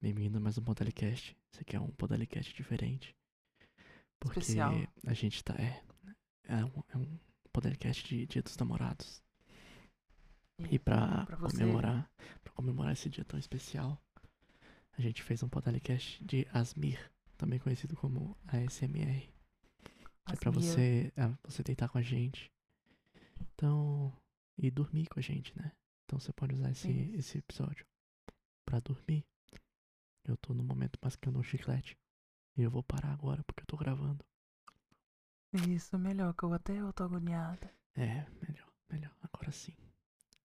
Bem-vindo a mais um Podalicast. Esse aqui é um Podalicast diferente. Porque Especial. a gente tá. É, é um, é um Podalicast de Dia dos Namorados. E pra, pra você. comemorar, pra comemorar esse dia tão especial, a gente fez um podcast de Asmir, também conhecido como ASMR. Que é pra Asmir. você, é, você deitar com a gente. Então, e dormir com a gente, né? Então você pode usar esse, Isso. esse episódio pra dormir. Eu tô no momento mascando um chiclete. E eu vou parar agora porque eu tô gravando. Isso, melhor, que eu até eu tô agoniada. É, melhor, melhor. Agora sim.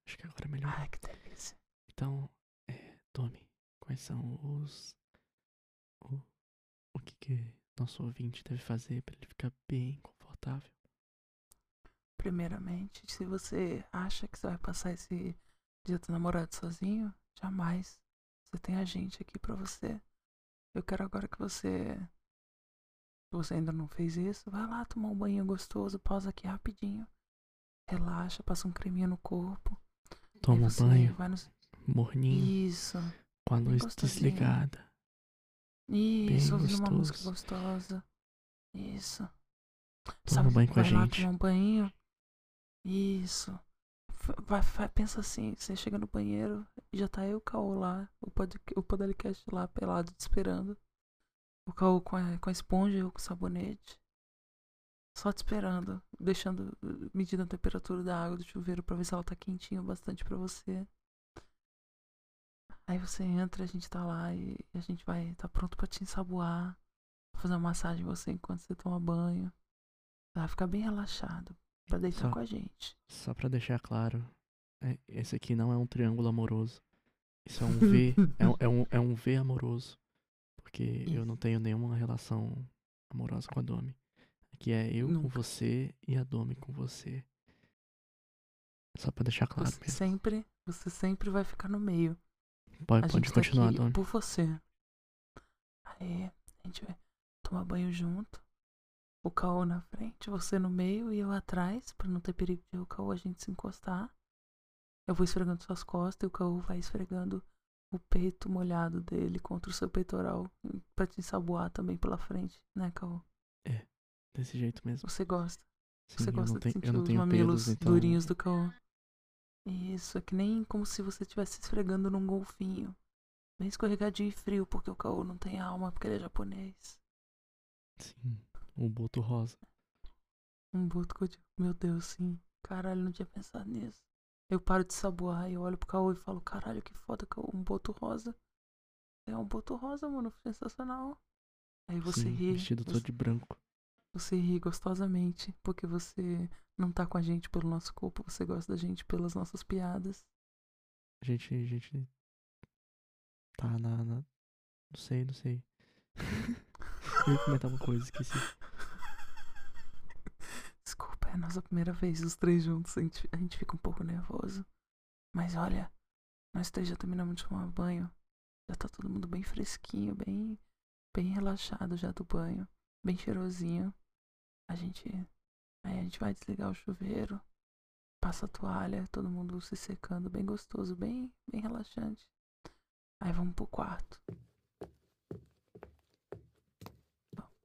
Acho que agora é melhor. Ai, que delícia. Então, é, Tommy, quais são os. O, o que, que nosso ouvinte deve fazer pra ele ficar bem confortável? Primeiramente, se você acha que você vai passar esse dia do namorado sozinho, jamais. Você tem a gente aqui pra você. Eu quero agora que você. Se você ainda não fez isso, vai lá tomar um banho gostoso, pausa aqui rapidinho. Relaxa, passa um creminho no corpo. aí Toma um É você banho, Vai no... morninho, Isso. com a luz gostosinho. desligada. Isso, ouvindo uma música gostoso. gostosa. Isso. Toma um banho com a vai lá gente. tomar um banho. Isso. F- Vai, vai- pensa assim, você chega no banheiro e já tá eu e o Caô lá, o, pod, o Podalicast lá pelado te esperando. O Caô com a, com a esponja e eu com o sabonete. Só te esperando, deixando, eh, medindo a temperatura da água do chuveiro pra ver se ela tá quentinha o bastante pra você. Aí você entra, a gente tá lá e a gente vai tá pronto pra te ensaboar, fazer uma massagem em você enquanto você toma banho. Vai ficar bem relaxado pra deitar Só- com a gente. Só pra deixar claro, é- esse aqui não é um triângulo amoroso. Isso é um V. é, um- é um, é um V amoroso. Porque eu não Isso. tenho nenhuma relação amorosa com a Domi. Aqui é eu com Nunca. você e a Domi com você. Só pra deixar claro você mesmo. sempre, você sempre vai ficar no meio. Pode, A pode gente tá continuar, aqui Domi. por você. Aí, a gente vai tomar banho junto. O caô na frente, você no meio e eu atrás, pra não ter perigo de o caô a gente se encostar. Eu vou esfregando suas costas e o caô vai esfregando o peito molhado dele contra o seu peitoral pra te ensaboar também pela frente, né, caô? Desse jeito mesmo. Você gosta. Sim, você eu gosta não de tenho, sentir eu não os tenho mamilos pelos, então. durinhos do caô. Isso, é que nem como se você estivesse esfregando num golfinho. Bem escorregadinho e frio, porque o caô não tem alma, porque ele é japonês. Sim, o boto rosa. Um boto que eu digo, meu Deus, sim. Caralho, não tinha pensado nisso. Eu paro de saboar e olho pro caô e falo, caralho, que foda, caô, um boto rosa. É um boto rosa, mano, sensacional. Aí você Sim, ri, vestido você todo de branco. Você ri gostosamente porque você não tá com a gente pelo nosso corpo, você gosta da gente pelas nossas piadas. A gente, a gente tá na, na- Não sei, não sei. Eu ia comentar uma coisa, esqueci. Desculpa, é a nossa primeira vez os três juntos, a gente, a gente fica um pouco nervoso. Mas olha, nós três já terminamos de tomar banho. Já tá todo mundo bem fresquinho, bem, bem relaxado já do banho, bem cheirosinho. A gente. Aí a gente vai desligar o chuveiro, passa a toalha, todo mundo se secando, bem gostoso, bem, bem relaxante. Aí vamos pro quarto.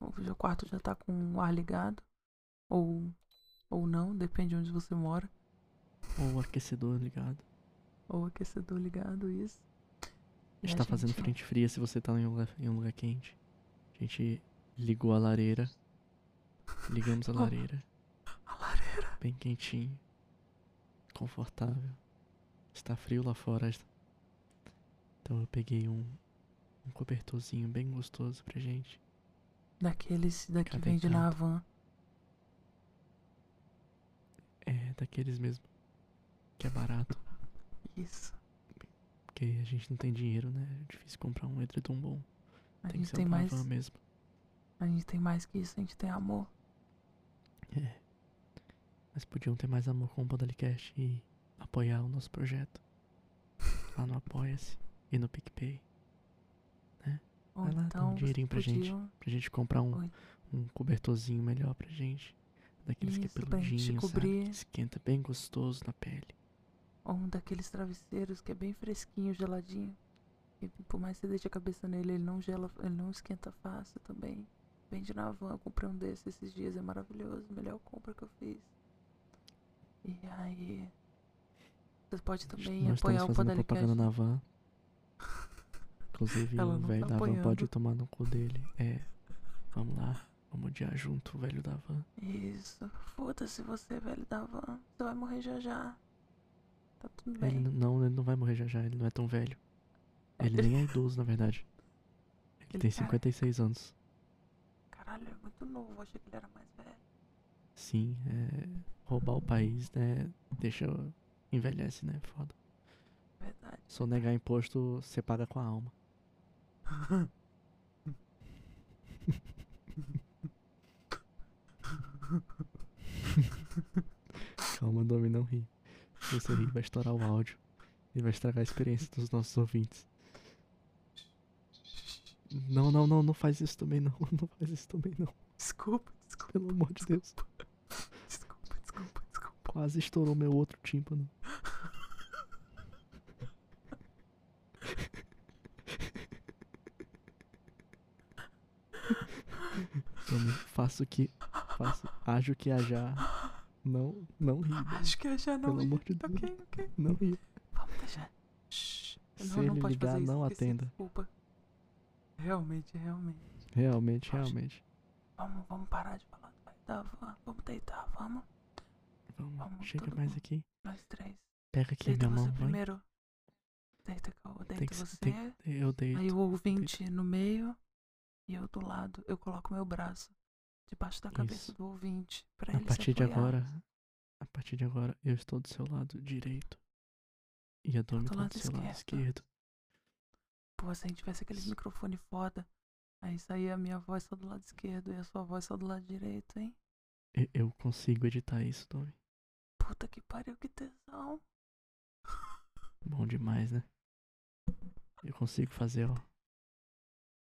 Hoje o quarto já tá com o ar ligado. Ou, ou não, depende de onde você mora. Ou o aquecedor tá ligado. Ou aquecedor ligado, isso. A E gente tá a fazendo gente- frente fria se você tá em um lugar, em um lugar quente. A gente ligou a lareira. Ligamos a Oh. lareira. A lareira. Bem quentinho. Confortável. Está frio lá fora. Então eu peguei um, um cobertorzinho bem gostoso pra gente. Daqueles daqui Cadê vende tanto? na Havan. É, daqueles mesmo. Que é barato. Isso. Porque a gente não tem dinheiro, né? É difícil comprar um edredom bom. A Tem que gente ser tem um mais. Havan mesmo. A gente tem mais que isso, a gente tem amor. É. Mas podiam ter mais amor com o Podalicast e apoiar o nosso projeto. Lá no Apoia-se e no PicPay. Ou Vai lá, dá um então vocês dinheirinho pra gente. podiam- Pra gente comprar um, Oi. um cobertorzinho melhor pra gente. Daqueles que é Isso, pra gente peludinho, sabe? cobrir. Que esquenta bem gostoso na pele. Ou um daqueles travesseiros que é bem fresquinho, geladinho. E E por mais que você deixe a cabeça nele, ele não gela, ele não esquenta fácil também. Vende na van, eu comprei um desses esses dias, é maravilhoso, melhor compra que eu fiz. E aí. Você pode também Nós apoiar estamos o fazendo Panelicast. propaganda na van. Inclusive, Ela o não velho tá da van pode apoiando. tomar no cu dele. É. Vamos lá. Vamos odiar junto o velho da van. Isso. Foda-se você, velho da van. Você vai morrer já já. Tá tudo Ele bem. n- não, ele não vai morrer já já, ele não é tão velho. Ele nem é idoso, na verdade. Ele Ele tem tá- 56 anos. Caralho, é muito novo. Achei que ele era mais velho. Sim, é, roubar o país, né? Deixa. Envelhece, né? Foda. Verdade. Só negar imposto, você paga com a alma. Calma, Domi, não ri. Se você rir, vai estourar o áudio e vai estragar a experiência dos nossos ouvintes. Não, não, não, não faz isso também não. Não faz isso também não, Desculpa, desculpa, pelo amor de Deus. desculpa, desculpa, desculpa. Quase estourou meu outro tímpano. Tome, faço o que. Faço. Ajo o que ajar. Não, não ri. Acho que eu já não Uhum. Pelo ia. amor de Deus. Ok, ok. Não ri. Vamos deixar. Shhh. Se Não, não ele pode ligar, fazer isso. não esqueci, atenda. Desculpa. Realmente, realmente. Realmente, Acho- realmente. Vamos, vamos parar de falar do pai da van. Vamos deitar, vamos. Vamos, Vamos, chega todo mais mundo. aqui. Nós três. Pega aqui Deita minha você mão, vai. primeiro. Deita, Caô. Deita que ser- você. tem Eu dei. Aí o ouvinte no meio e eu do lado. Eu coloco meu braço debaixo da cabeça Isso. do ouvinte. Pra A ele partir se de apoiar. agora. A partir de agora, eu estou do seu lado direito. E a Domi do está lado do seu lado esquerdo. esquerdo. Pô, se a gente tivesse aquele Isso. microfone foda, aí saía a minha voz só do lado esquerdo e a sua voz só do lado direito, hein? E- Eu consigo editar isso, Domi. Puta que pariu, que tesão. Bom demais, né? Eu consigo fazer, ó.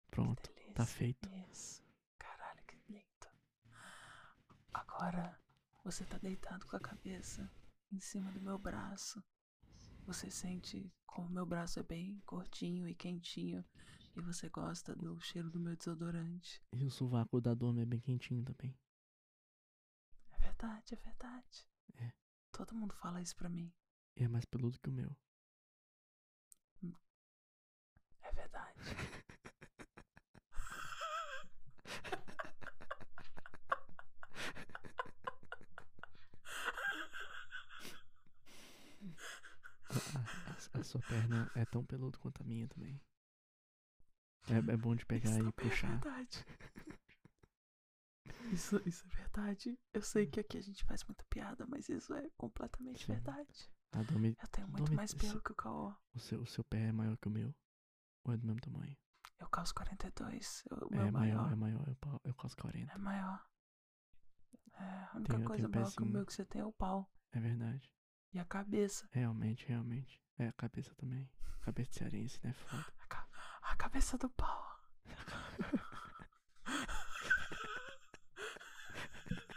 Pronto, Delícia. tá feito. Isso. Caralho, que lindo. Agora, você tá deitado com a cabeça em cima do meu braço. Você sente como meu braço é bem curtinho e quentinho. E você gosta do cheiro do meu desodorante. E o sovaco da Domi é bem quentinho também. É verdade, é verdade. É. Todo mundo fala isso pra mim. E é mais peludo que o meu. É verdade. A, a- a sua perna é tão peludo quanto a minha também. É, é bom de pegar isso e também É puxar. verdade. Isso, isso é verdade. Eu sei que aqui a gente faz muita piada, mas isso é completamente Sim. verdade. A Domi, Eu tenho muito Nome mais desse- pelo que o Caô. o seu, o seu pé é maior que o meu? Ou é do mesmo tamanho? Eu calço 42. eu- O meu É maior, maior. é maior. Eu, pa- eu quase 40. É maior. É, a única Tenho- eu coisa tenho maior que o pezinho. meu que você tem é o pau É verdade. e a cabeça. Realmente, realmente. É, a cabeça também. Cabeça de cearense, né? Foda. A, ca- a cabeça do pau.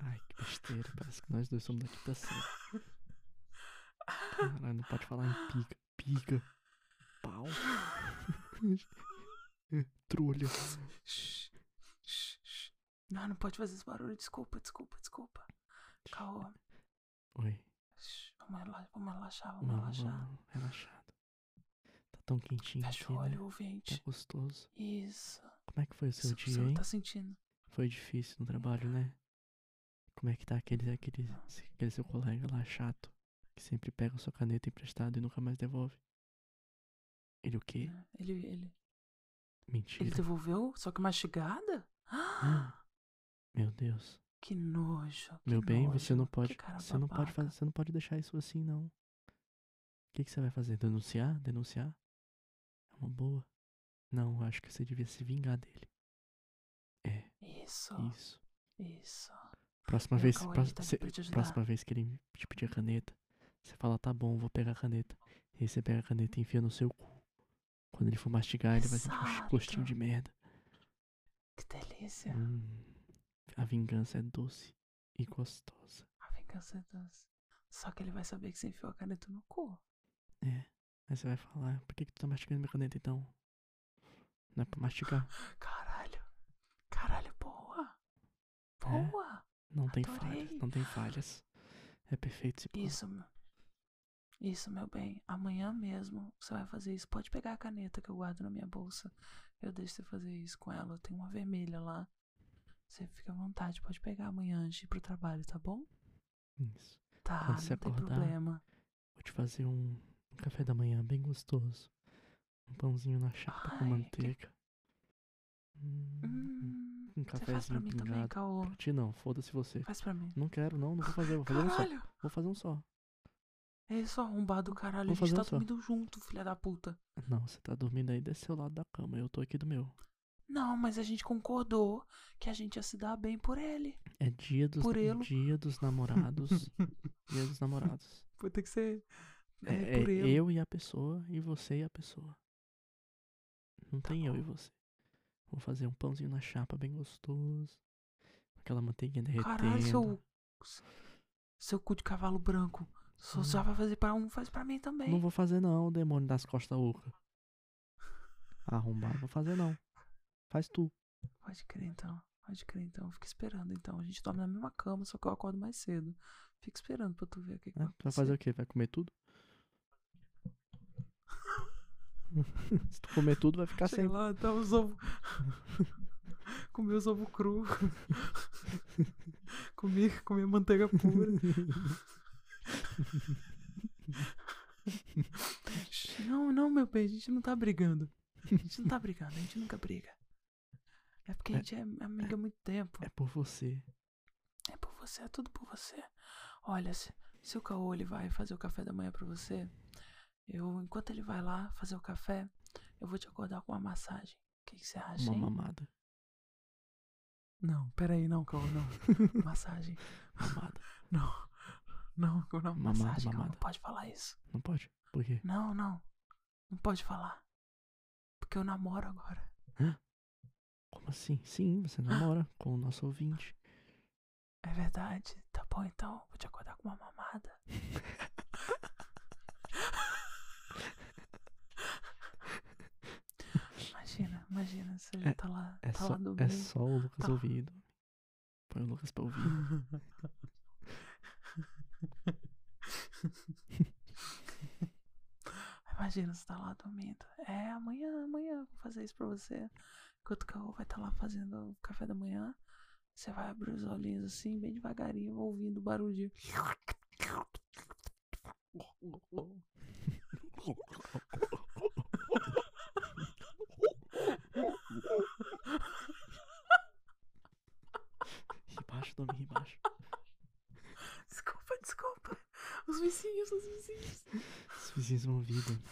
Ai, que besteira. Parece que nós dois somos da quinta série. Caralho, não pode falar em pica. Pica. Pau. Trolha. Shh, shh, shh. Não, não pode fazer esse barulho. Desculpa, desculpa, desculpa. Caô. Oi. Shh, Vamos relaxar, vamos relaxar, vamos Vamos, relaxar. vamos. Relaxado. Tá tão quentinho Fecha aqui, o né? olho, Tá ouvinte. gostoso. Isso. Como é que foi o seu Você- dia, você não hein? tá sentindo. Foi difícil no trabalho, né? Como é que tá aquele, aquele, aquele seu colega lá chato? Que sempre pega sua caneta emprestada e nunca mais devolve. Ele o quê? né? Ele, ele, ele Mentira. devolveu, só que mastigada? Ah, Ah, Meu Deus. que nojo. que Meu bem, você não nojo, pode, que cara você não pode babaca. fazer, você não pode deixar isso assim não. O que que você vai fazer? Denunciar? Denunciar? É uma boa. Não, eu acho que você devia se vingar dele. É, Isso, isso. isso. Próxima Eu, vez, Cauê, pró- ele tá aqui cê- pra te ajudar. próxima vez que ele te pedir a caneta, você fala, tá bom, vou pegar a caneta. E aí você pega a caneta e enfia no seu cu. Quando ele for mastigar, ele vai sentir um chi- gostinho de Exato. merda. Que delícia. Hum, a vingança é doce e gostosa. A vingança cacetaço. Só que ele vai saber que você enfiou a caneta no cu. É. Aí você vai falar, por que, que tu tá mastigando minha caneta então? Não é pra mastigar. Caralho. Caralho, boa. É. Boa. Não tem Adorei. falhas, não tem falhas. É perfeito esse plano. Isso, meu. Isso, meu bem. Amanhã mesmo você vai fazer isso. Pode pegar a caneta que eu guardo na minha bolsa. Eu deixo você fazer isso com ela. Eu tenho uma vermelha lá. Você fica à vontade. Pode pegar amanhã antes de ir pro trabalho, tá bom? Isso. Tá, Quando você não tem acordar, problema. Vou te fazer um, um café da manhã bem gostoso. Um pãozinho na chapa com Ai, que- manteiga. Hum, Hum, um você faz pra cafezinho mim também, pingado. Caô. Pra ti não, foda-se você. Faz pra mim. Não quero, não, não vou fazer, vou fazer um só. Caralho! Vou fazer um só. É isso, arrombado, caralho. Vou A fazer gente tá um só. dormindo junto, filha da puta. Não, você tá dormindo aí desse seu lado da cama, eu tô aqui do meu. Não, mas a gente concordou que a gente ia se dar bem por ele. É dia dos, Por elo. dia dos namorados. dia dos namorados. Vai ter que ser. É, é eu e a pessoa, e você e a pessoa. Não Tá tem eu e bom. você. Vou fazer um pãozinho na chapa bem gostoso. Aquela manteiguinha derretendo. Caralho, seu. Seu cu de cavalo branco. Só, só vai fazer pra um, faz pra mim também. Hum. Não vou fazer não, demônio das costas oca. Arrombar, vou fazer não. Faz tu. Pode crer então. Pode crer então. Fica esperando então. A gente dorme na mesma cama, só que eu acordo mais cedo. Fica esperando pra tu ver o que, que né? vai Tu vai fazer o quê? Vai comer tudo? Se tu comer tudo, vai ficar Sei sem. lá, dá os ovos. comer os ovos cru. comer, comer manteiga pura. não, não, meu bem, a gente não tá brigando. A gente não tá brigando, a gente nunca briga. É porque a É- gente é amiga há muito tempo. É por você. É por você, é tudo por você. Olha, se, se o Caô ele vai fazer o café da manhã pra você, eu, enquanto ele vai lá fazer o café, eu vou te acordar com uma massagem. O que, que você acha? Uma hein? mamada. Não, peraí, não, Caô, não. massagem. Mamada. Não. Não, Caô, não. Mamada, massagem, Caô, não mamada. pode falar isso. Não pode? Por quê? Não, não. Não pode falar. Porque eu namoro agora. Como assim? Sim, você namora com o nosso ouvinte. É verdade. Tá bom, então. Vou te acordar com uma mamada. imagina, imagina. Você já É- tá lá, É, tá só, lá é dormindo. só o Lucas Tá. ouvido. Põe o Lucas pra ouvir. Imagina, você tá lá dormindo. É, amanhã, amanhã eu vou fazer isso pra você. Enquanto o Caô vai estar lá fazendo o café da manhã, você vai abrir os olhinhos assim, bem devagarinho, ouvindo o barulho de. Ribaixo, Domi, ribaixo. Desculpa, desculpa. Os vizinhos, os vizinhos. Os vizinhos vão ouvir, Domi.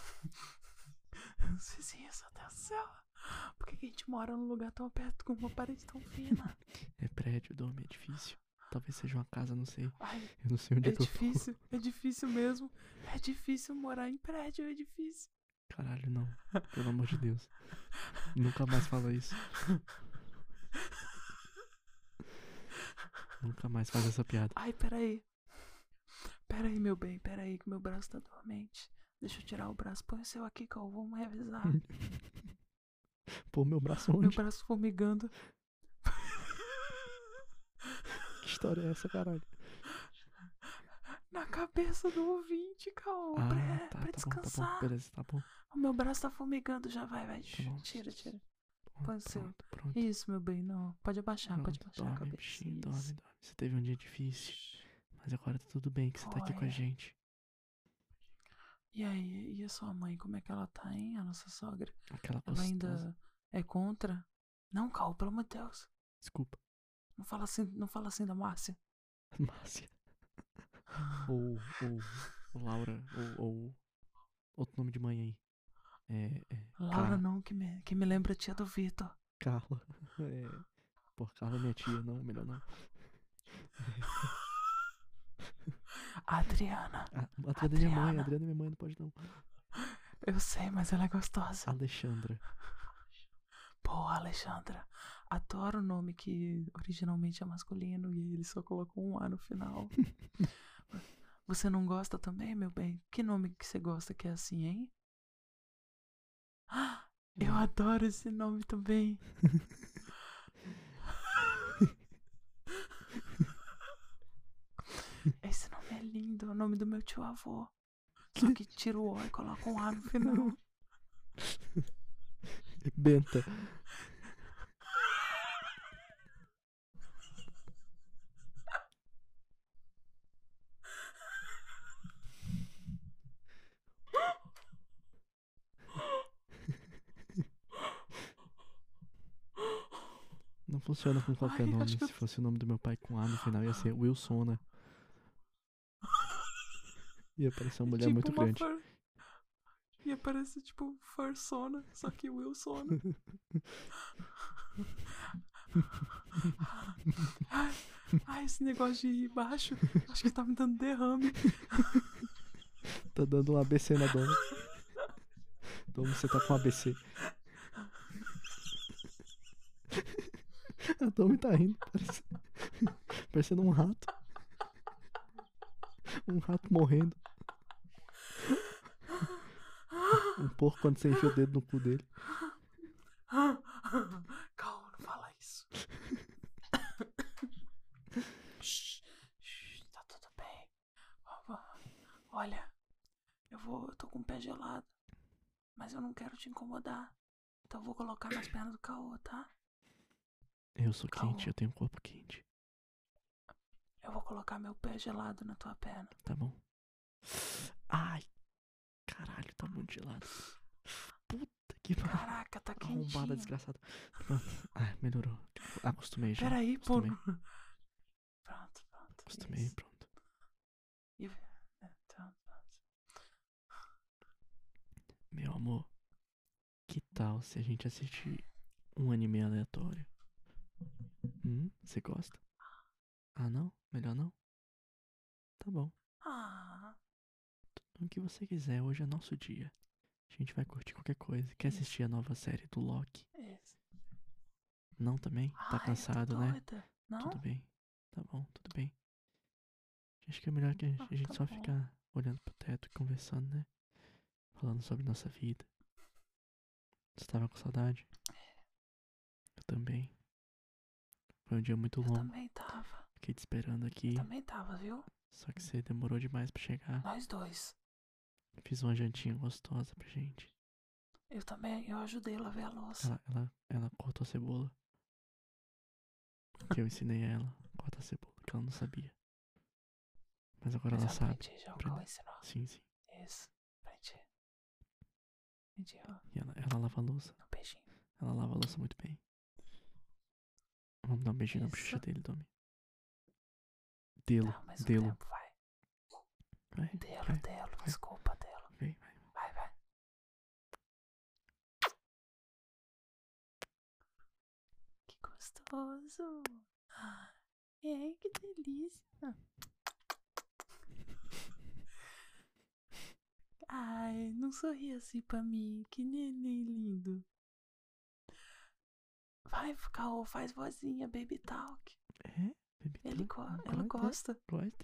Os vizinhos, meu Deus do céu. Por que que a gente mora num lugar tão aberto com uma parede tão fina? É prédio, Domi, é difícil. Talvez seja uma casa, não sei. Ai, Eu não sei onde É é que eu tô. difícil, é difícil mesmo. É difícil morar em prédio, é difícil. Caralho, não. Pelo amor de Deus. Nunca mais fala isso. Nunca mais faz essa piada. Ai, peraí. Peraí, meu bem, peraí, que meu braço tá dormente. Deixa eu tirar o braço. Põe o seu aqui, que eu vou revisar. Pô, Ah. meu braço é Meu onde? braço formigando. Que história é essa, caralho? Na cabeça do ouvinte, calma. Ah, pra tá, pra tá bom, tá bom. descansar. Beleza, tá bom. o meu braço tá formigando, já vai, vai. Tá bom. Tira, tira. Põe o Pronto, seu. pronto, pronto. Isso, meu bem, não. Pode abaixar, pode Pronto, abaixar a dorme, cabeça. bichinho, Isso. dorme, dorme. Você teve um dia difícil, mas agora tá tudo bem que você tá aqui com a Olha. gente. E aí, e a sua mãe, como é que ela tá, hein? A nossa sogra. Aquela Ela gostosa. ainda é contra? Não, Cal, pelo amor de Deus. Desculpa, Não fala assim, não fala assim da Márcia. Márcia. ou, ou, ou Laura, ou, ou outro nome de mãe aí. É, é Laura Ca- não, que me, que me lembra a tia do Vitor. Carla. É, pô, Carla é minha tia, não, melhor não. Adriana. A, a Adriana é minha mãe, Adriana. a Adriana é minha mãe, não pode não. Eu sei, mas ela é gostosa. Alexandra. Pô, Alexandra. Adoro o nome que originalmente é masculino e ele só colocou um A no final. você não gosta também, meu bem? Que nome que você gosta que é assim, hein? Ah, Eu Hum. adoro esse nome também. Esse nome é lindo, é o nome do meu tio avô. Só que tira o O e coloca um A no final. Benta. Não funciona com qualquer Ai, eu nome. acho que eu- Se fosse o nome do meu pai com A no final, ia ser Wilsona. Ia parecer uma mulher tipo muito uma grande. Fur... E aparece tipo Fursona, só que né? Wilsona. ai, ai, Ah, esse negócio de ir baixo, acho que tá me dando derrame. Tá dando um ABC na dona. Dona, você tá com ABC. A Domi tá rindo, parece... parecendo um rato. Um rato morrendo. Um porco quando você enfia o dedo no cu dele. Calma, não fala isso. Shh, shh, tá tudo bem. Ó, ó, Olha, eu vou. Eu tô com o pé gelado. Mas eu não quero te incomodar. Então eu vou colocar nas pernas do caô, tá? Eu sou Calma. quente, eu tenho um corpo quente. Eu vou colocar meu pé gelado na tua perna. Tá bom? Ai, caralho, tá muito gelado. Puta que pariu. Caraca, tá Arrombada, quentinho. desgraçado. Ah, melhorou. Acostumei já. Peraí, pô. Acostumei. Pronto, pronto. Acostumei, isso. pronto. E- Então, pronto. Meu amor, que tal se a gente assistir um anime aleatório? Hum? Você gosta? Ah, não? Melhor não? Tá bom. Ah, O que você quiser, hoje é nosso dia. A gente vai curtir qualquer coisa. Quer assistir a nova série do Loki? É isso. Não também? Tá Ai, eu tô cansado, né? doida. Não? Tudo bem. Tá bom, tudo bem. Acho que é melhor que a gente, a Ah, gente tá só bom. ficar olhando pro teto e conversando, né? Falando sobre nossa vida. Você tava com saudade? Eu também. Foi um dia muito Eu longo. também tava. Fiquei te esperando aqui. Eu também tava, viu? Só que você demorou demais pra chegar. Nós dois. Fiz uma jantinha gostosa pra gente. Eu também, eu ajudei a lavar a louça. Ela, ela, ela cortou a cebola. Que eu ensinei a ela. a Cortar a cebola, que ela não sabia. Mas agora Mas é ela eu sabe. aprendi já o Aprendi. Cauê ensinou. Sim, sim. Isso, aprendi. Aprendi, ó, E ela, ela lava a louça. no beijinho. Ela lava a louça muito bem. Vamos dar um beijinho na Isso. bochecha dele, Domi. Delo, Tá, mas o delo. tempo vai. Vai, Delo, vai, delo, desculpa, delo. vai, vai. Vai, vai. Que gostoso. É, que delícia. Ai, não sorri assim pra mim. Que neném lindo. Vai, Caô, faz vozinha, baby talk. É, bebê. Ele tá? go ela gosta. Gosta.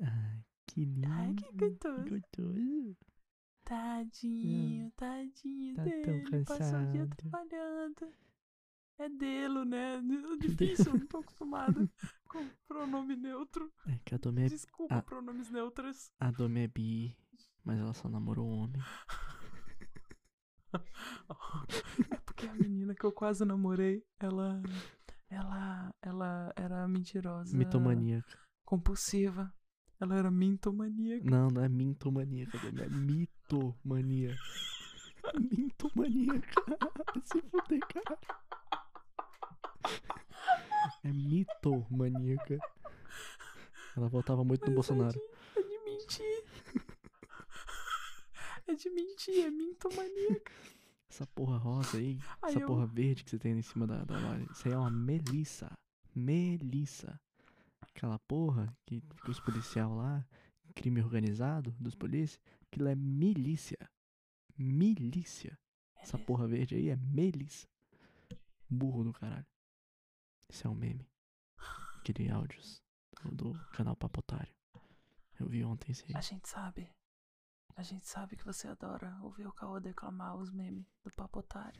Ai, que lindo. Ai, que Uhum. gostoso. Gostoso. Tadinho, tadinho É. Tá tão dele. Passou o dia cansado. trabalhando. É dele, né? É Difícil, eu não tô acostumada com pronome neutro. É que a Domi é, Desculpa, ah. pronomes neutros. a Domi é bi, mas ela só namorou um homem. É porque a menina que eu quase namorei, ela. Ela. Ela era mentirosa. Mitomaníaca. Compulsiva. Ela era mintomaníaca. Não, não é mintomaníaca, Domi. É mitomania. Mintomaníaca. Se fuder, cara. É mitomaníaca. Ela voltava muito no Mas Bolsonaro. É de, é de mentir. É de mentir, é mintomania. Essa porra rosa aí, Ai, essa eu- porra verde que você tem em cima da, da loja, isso aí é uma melissa. Melissa. Aquela porra que fica os policial lá, crime organizado dos polícia, aquilo é milícia. Milícia. Essa porra verde aí é melissa. Burro do caralho. Isso é um meme. Aquele áudios do, do canal Papotário. Eu vi ontem esse. A gente sabe. A gente sabe que você adora ouvir o Caô declamar os memes do papotário.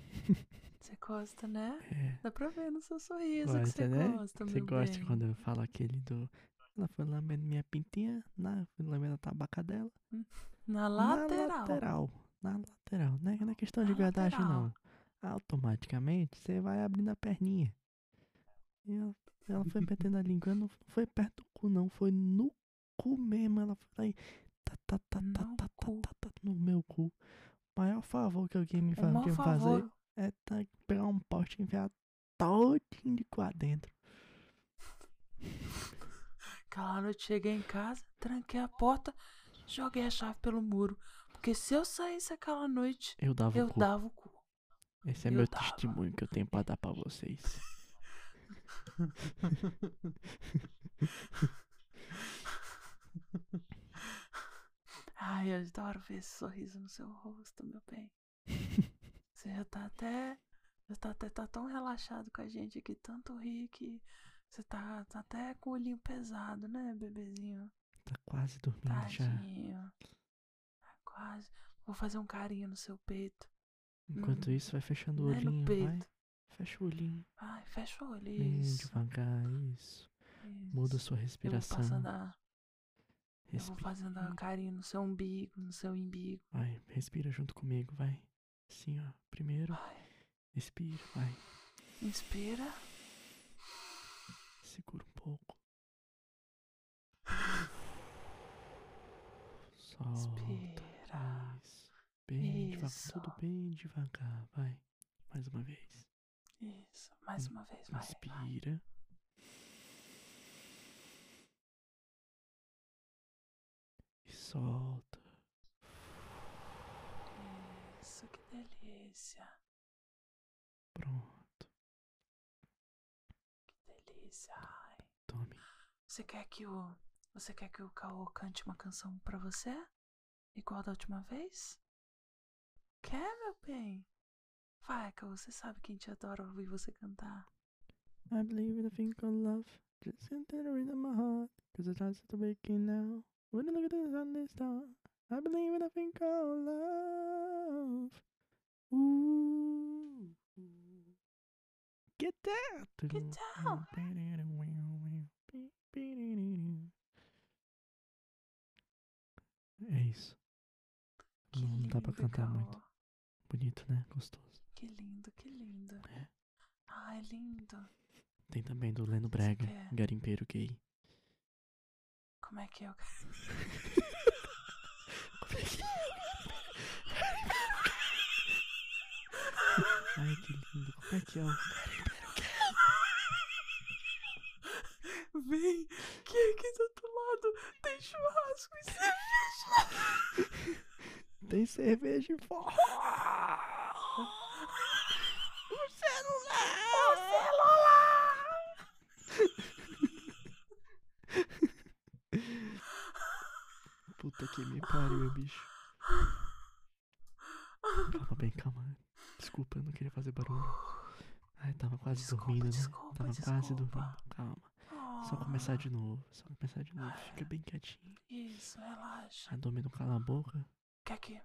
Você gosta, né? É. Dá pra ver no seu sorriso que Gosta, você né? gosta, Você meu gosta bem. quando eu falo aquele do. Ela foi lambendo minha pintinha, na, foi lambendo a tabaca dela. Na Na lateral. lateral. Na lateral. Não é, não é questão de Na verdade, lateral. não. Automaticamente você vai abrindo a perninha. E ela, ela foi metendo a língua, não foi perto do cu, não. Foi no cu mesmo. Ela foi lá e. Tá, tá, tá, tá, No tá, tá, cu. tá, tá, no meu cu. O maior favor que alguém me O faz, Um maior que eu fazer favor. é tá, pegar um poste e enfiar todinho de cu lá dentro. Aquela noite cheguei em casa, tranquei a porta, joguei a chave pelo muro. Porque se eu saísse aquela noite, Eu dava eu o cu. dava o cu. Esse é eu meu dava. testemunho que eu tenho pra dar pra vocês. Ai, eu adoro ver esse sorriso no seu rosto, meu bem. Você já tá até. Já tá até tá tão relaxado com a gente aqui, tanto rir que você tá, tá até com o olhinho pesado, né, bebezinho? Tá quase dormindo já. Tadinho. Tá quase. Vou fazer um carinho no seu peito. Enquanto Hum, isso, vai fechando o né, no olhinho, Um vai. peito. Fecha o olhinho, Ai, fecha o olho. bem Isso. devagar, isso. Muda isso. sua Eu vou respiração. passando a, eu vou Respira. fazendo a carinho no seu umbigo, no seu umbigo. Vai, respira junto comigo, vai. Assim, ó. Primeiro, Ai, respira, vai. inspira. Segura um pouco. Solta. Inspira. Isso. Bem Isso. devagar. Tudo bem devagar, vai. Mais uma vez. Isso. Mais uma vez, vai. vai. Inspira. E solta. É, Isso, que delícia. Pronto. Que delícia. Ai. Tome. Você quer que o. Você quer que o Caô cante uma canção pra você? Igual da última vez? Quer, meu bem? Vai, Caô, você sabe que a gente adora ouvir você cantar. I believe in a thing called love. Just can't get rid of my heart. Cause it starts to waking now. When I look at the sun, they star. I believe in a thing called love. Ooh. Get down. Get down. É isso. Que Não lindo, dá pra cantar Caô. muito. Bonito, né? Gostoso. Que lindo, que lindo. É. Ai, lindo. Tem também do Leno Brega, quer? garimpeiro gay. Como é que é o Ai, que lindo. Como é que é o Vem, que é aqui do outro lado tem churrasco e cerveja. Tem cerveja e forró. O celular! O celular! Puta que me pariu, bicho. Calma bem, calma. Desculpa, eu não queria fazer barulho. Ai, tava quase Desculpa, dormindo, Tá né? desculpa, Tava quase desculpa. dormindo. Calma. Só começar de novo. Só começar de novo. Fica bem quietinho. Isso, relaxa. Ai, dormindo, cala a boca. Quer que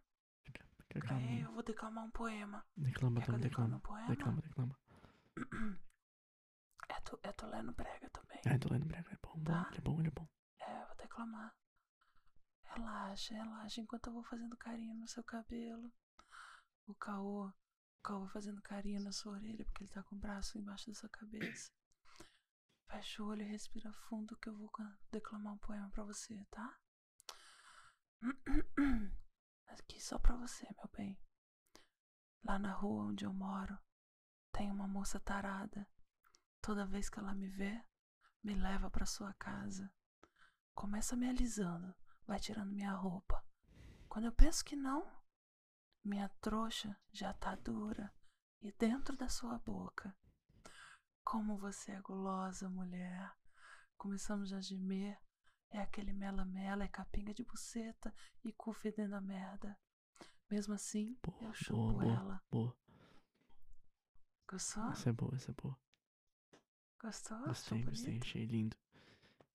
Fica, fica Aí calminho. eu vou declamar um poema. Declama, Quer que eu também, declame um declama. poema? Declama, declama. É tu, é tu lendo brega também. Ai, tô lendo breve. É bom, bom. Tá. Ele é bom, ele é bom. É, eu vou declamar. Relaxa, relaxa. Enquanto eu vou fazendo carinho no seu cabelo. O Caô. O Caô fazendo carinho na sua orelha, porque ele tá com o braço embaixo da sua cabeça. Fecha o olho e respira fundo que eu vou can- declamar um poema pra você, tá? Aqui só pra você, meu bem. Lá na rua onde eu moro, tem uma moça tarada. Toda vez que ela me vê, me leva pra sua casa. Começa me alisando, vai tirando minha roupa. Quando eu penso que não, minha trouxa já tá dura e dentro da sua boca. Como você é gulosa, mulher. Começamos a gemer. É aquele mela-mela, é capinga de buceta e cu fedendo a merda. Mesmo assim, Boa, eu boa, chupo boa. ela. Boa. Gostou? Essa é boa, essa é boa. Gostou? Achou Gostei, gostei, bonito? achei lindo.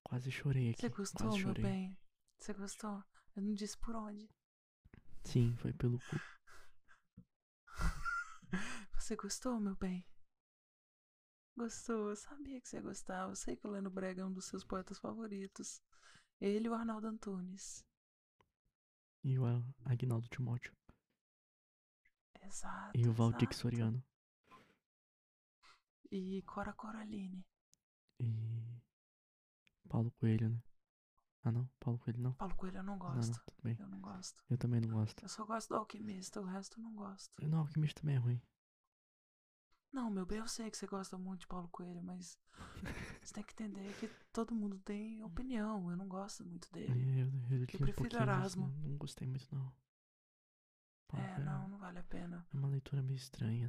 Quase chorei aqui. Você gostou, quase meu chorei. bem? Você gostou? Eu não disse por onde. Sim, foi pelo cu. Você gostou, meu bem? Gostou? Eu sabia que você ia gostar. Eu sei que o Leno Brega é um dos seus poetas favoritos. Ele e o Arnaldo Antunes. E o A- Agnaldo Timóteo. Exato. E o Valdir exato. Soriano. E Cora Coraline. E. Paulo Coelho, né? Ah, não. Paulo Coelho não. Paulo Coelho eu não Não, não, gosto. tudo bem. Eu não gosto. Eu também não gosto. Eu só gosto do Alquimista, o resto eu não gosto. Não, Alquimista também é ruim. Não, meu bem, eu sei que você gosta muito de Paulo Coelho, mas você tem que entender que todo mundo tem opinião. Eu não gosto muito Eu, dele. eu, eu, li um É. prefiro pouquinho, mas Erasmo. Não, não gostei muito, não. Paulo É, Coelho não, não vale a pena. É uma leitura meio estranha,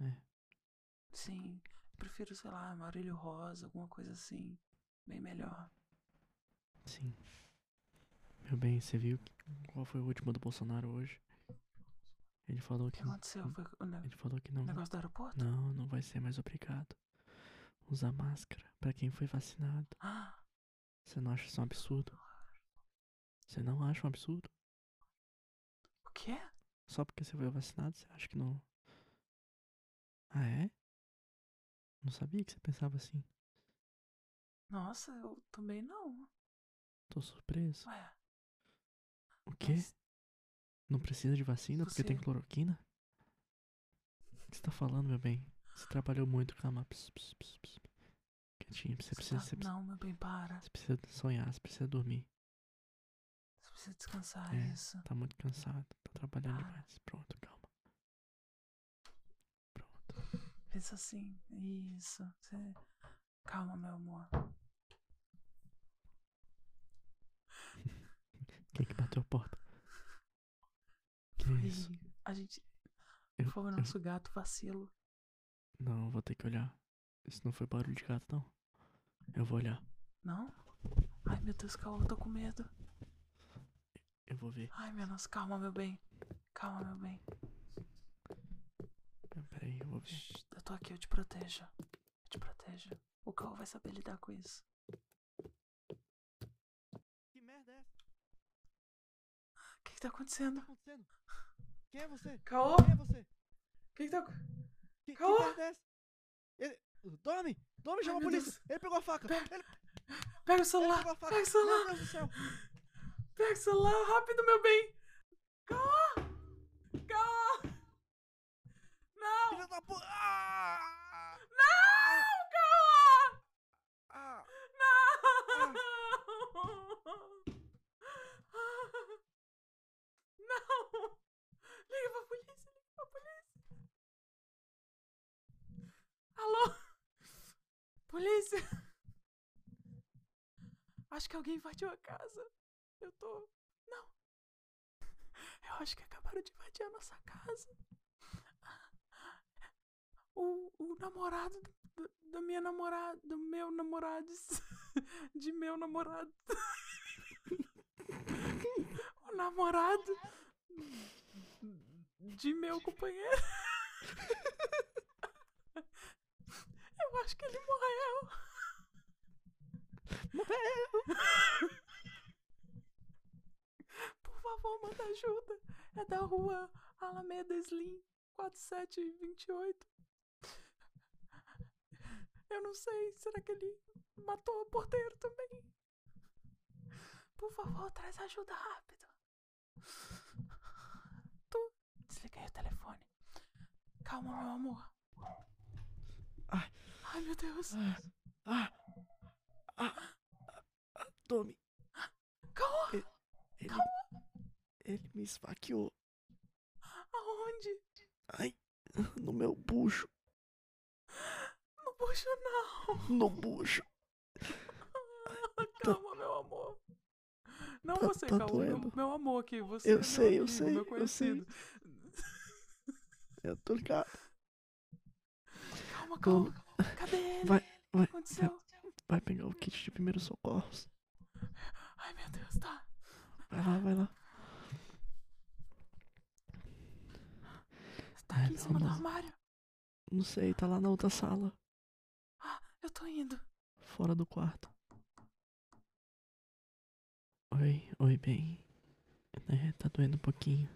né? Sim, prefiro, sei lá, Marílio Rosa, alguma coisa assim. Bem melhor. Sim. Meu bem, você viu que- qual foi o último do Bolsonaro hoje? Ele falou O que que. aconteceu? Foi o ne- Ele falou que não. negócio do aeroporto? Não, não vai ser mais obrigado. Usar máscara pra quem foi vacinado. Ah, Você não acha isso um absurdo? Você não acha um absurdo? o quê? Só porque você foi vacinado, você acha que não. Ah, é? Não sabia que você pensava assim. Nossa, eu também não. Tô surpreso. Ué, O quê? mas- Não precisa de vacina porque tem Você- cloroquina? O que você tá falando, meu bem? Você trabalhou muito, calma. Ps, ps, ps, ps. Quietinho, você você precisa, tá- você, precisa, Não, meu bem, para. você precisa sonhar, você precisa dormir. Você precisa descansar, É. isso. Tá muito cansado, tá trabalhando Ah. Para. demais. Pronto, calma. Pronto. Pensa assim. Isso. Você... Calma, meu amor. Quem que bateu a porta? Que é isso? Ih, A gente. Eu- Foi o nosso gato vacilo. Não, vou ter que olhar. Isso não foi barulho de gato, não. Eu vou olhar. Não? Ai, meu Deus, calma, eu tô com medo. Eu vou ver. Ai, meu Deus, calma, meu bem. Calma, meu bem. Peraí, eu vou ver. Shh, eu tô aqui, eu te protejo. Eu te protejo. O cão vai saber lidar com isso. Que merda é essa? O O que, que tá acontecendo? que tá acontecendo? Quem é você? Caô? Quem é você? O que, que tá acontecendo? Que, que Caô! merda é essa? Ele... Dorme! Dorme, chama a meu polícia! Deus. Ele pegou a faca! Ele, Pera- ele Pega o celular, pegou a faca! pega o celular, Meu Deus do céu! pega o celular, rápido, meu bem. Calma, calma. Não, Filha da puta! Ah! não, calma. Ah! Não. Ah! Ah! Não. Liga pra polícia, liga pra polícia. Alô? Polícia? Acho que alguém invadiu a casa. Eu tô. Não. Eu acho que acabaram de invadir a nossa casa. O, o namorado do- do- da minha namorada. Do meu namorado. De meu namorado. O namorado. De meu companheiro. Eu acho que ele morreu. Por favor, manda ajuda. É da rua Alameda Slim 4728. Eu não sei, será que ele matou o porteiro também? Por favor, traz ajuda rápido. Tu desliguei o telefone. Calma, meu amor. Ai. Ai, meu Deus. Ah! Ah! ah, ah, Tome! Calma, Ele, Calma. ele me esfaqueou. aonde? Ai! No meu bucho! No bucho não. No bucho! Calma, meu amor. Não Tá- você, tá calma. Meu, doendo. meu amor aqui, você. Eu é meu sei, eu amigo, sei, Meu eu sei. conhecido. Eu tô ligado. Calma. Calma, calma, calma. Cadê ele? Vai, vai. O que aconteceu? Vai pegar o kit de primeiros socorros. Ai, meu Deus, tá. Vai lá, vai lá. Tá aqui Ai, Tá em cima do vamos. armário. Não sei, tá lá na outra sala, Eu tô indo. Tá fora do quarto. Oi, oi, bem. É, tá doendo um pouquinho.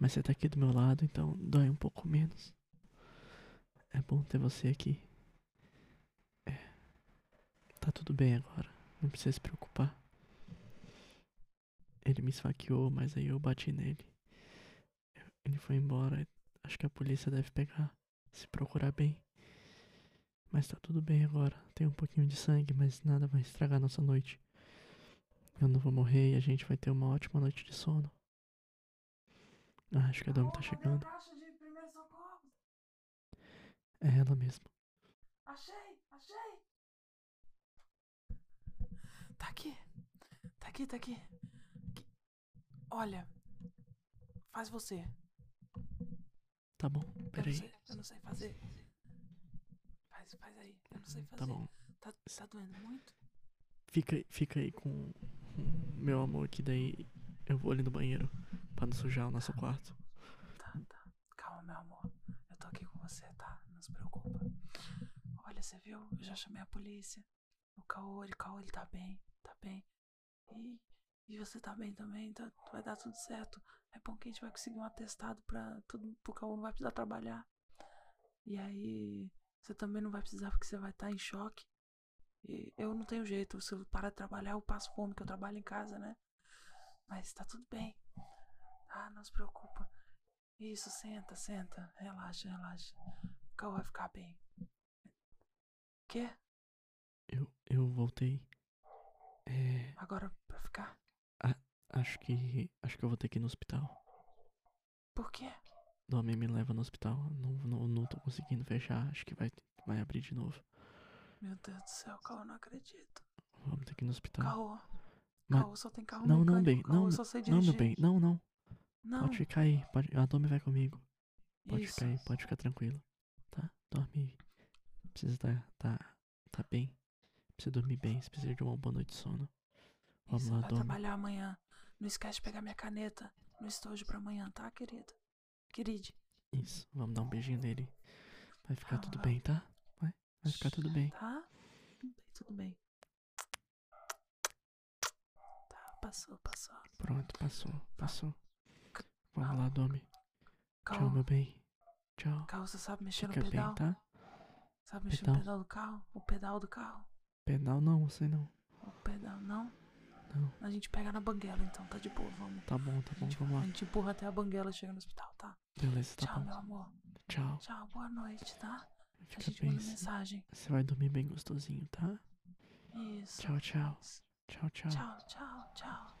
Mas você tá aqui do meu lado, então dói um pouco menos. É bom ter você aqui. É. Tá tudo bem agora. Não precisa se preocupar. Ele me esfaqueou, mas aí eu bati nele. Eu- Ele foi embora. Acho que a polícia deve pegar. Se procurar bem. Mas tá tudo bem agora. Tem um pouquinho de sangue, mas nada vai estragar nossa noite. Eu não vou morrer e a gente vai ter uma ótima noite de sono. Ah, acho que a Dom tá chegando. caixa de primeiro socorro? É ela mesma. Achei, achei. Tá aqui. Tá aqui, tá aqui. Aqui. Olha. Faz você. Tá bom, Eu não, peraí. sei, eu não sei fazer. Faz, faz aí. Eu não sei fazer. Tá bom. Tá, tá doendo muito? Fica, fica aí com com meu amor, que daí eu vou ali no banheiro pra não sujar o nosso quarto. Tá, tá. Calma, meu amor. Eu tô aqui com você, tá? Não se preocupa. Olha, você viu? Eu já chamei a polícia. O Kaori, o Kaori tá bem, tá bem. E, e você tá bem também, tá, vai dar tudo certo. É bom que a gente vai conseguir um atestado pra tudo, pro Kaori não vai precisar trabalhar. E aí, você também não vai precisar porque você vai estar em choque. E eu não tenho jeito, se eu parar de trabalhar, eu passo fome, que eu trabalho em casa, né? Mas tá tudo bem. Ah, não se preocupa. Isso, senta, senta. Relaxa, relaxa. O carro vai ficar bem. Quê? Eu, eu voltei. É, Agora pra ficar? acho que. Acho que eu vou ter que ir no hospital. Por quê? Domi me leva no hospital. Não, não, não tô conseguindo fechar. Acho que vai, vai abrir de novo. Meu Deus do céu, Caô, não acredito. Vamos ter que ir no hospital. Caô. Mas- Caô só tem carro Não, mecânico. não, bem, Caô, não, só sei Não, dirigir. meu bem. Não, não. Não, Pode ficar aí. Pode, a Domi vai comigo. Pode isso. ficar aí, pode ficar tranquila. Tá? Dorme. Precisa tá, tá, tá bem. Precisa dormir bem, você precisa de uma boa noite de sono. Vamos Isso, lá, vai Domi. trabalhar amanhã. Não esquece de pegar minha caneta no estojo pra amanhã, tá, querida? Queride. Isso, vamos dar um beijinho nele. Vai ficar Vamos, tudo vamos. bem, tá? Vai, vai ficar tudo bem. Tá? Tudo bem, tudo bem. Tá, passou, passou. Pronto, passou, passou. Vamos lá, Domi. Tchau, Caô, meu bem. Tchau. Caô, você sabe mexer no Fica bem, pedal? tá? Sabe mexer Pedal. o pedal do carro? O pedal do carro? Pedal não, você não. O pedal, não? Não. A gente pega na banguela então, tá de boa, vamos. Tá bom, tá A bom, gente, vamos a lá. gente empurra até a banguela e chega no hospital, tá? Beleza, tá Tchau, meu bom. amor. Tchau. Tchau, boa noite, tá? a Fica gente manda bem. mensagem. Você vai dormir bem gostosinho, tá? Isso. Tchau, tchau. Tchau, tchau. Tchau, tchau, tchau.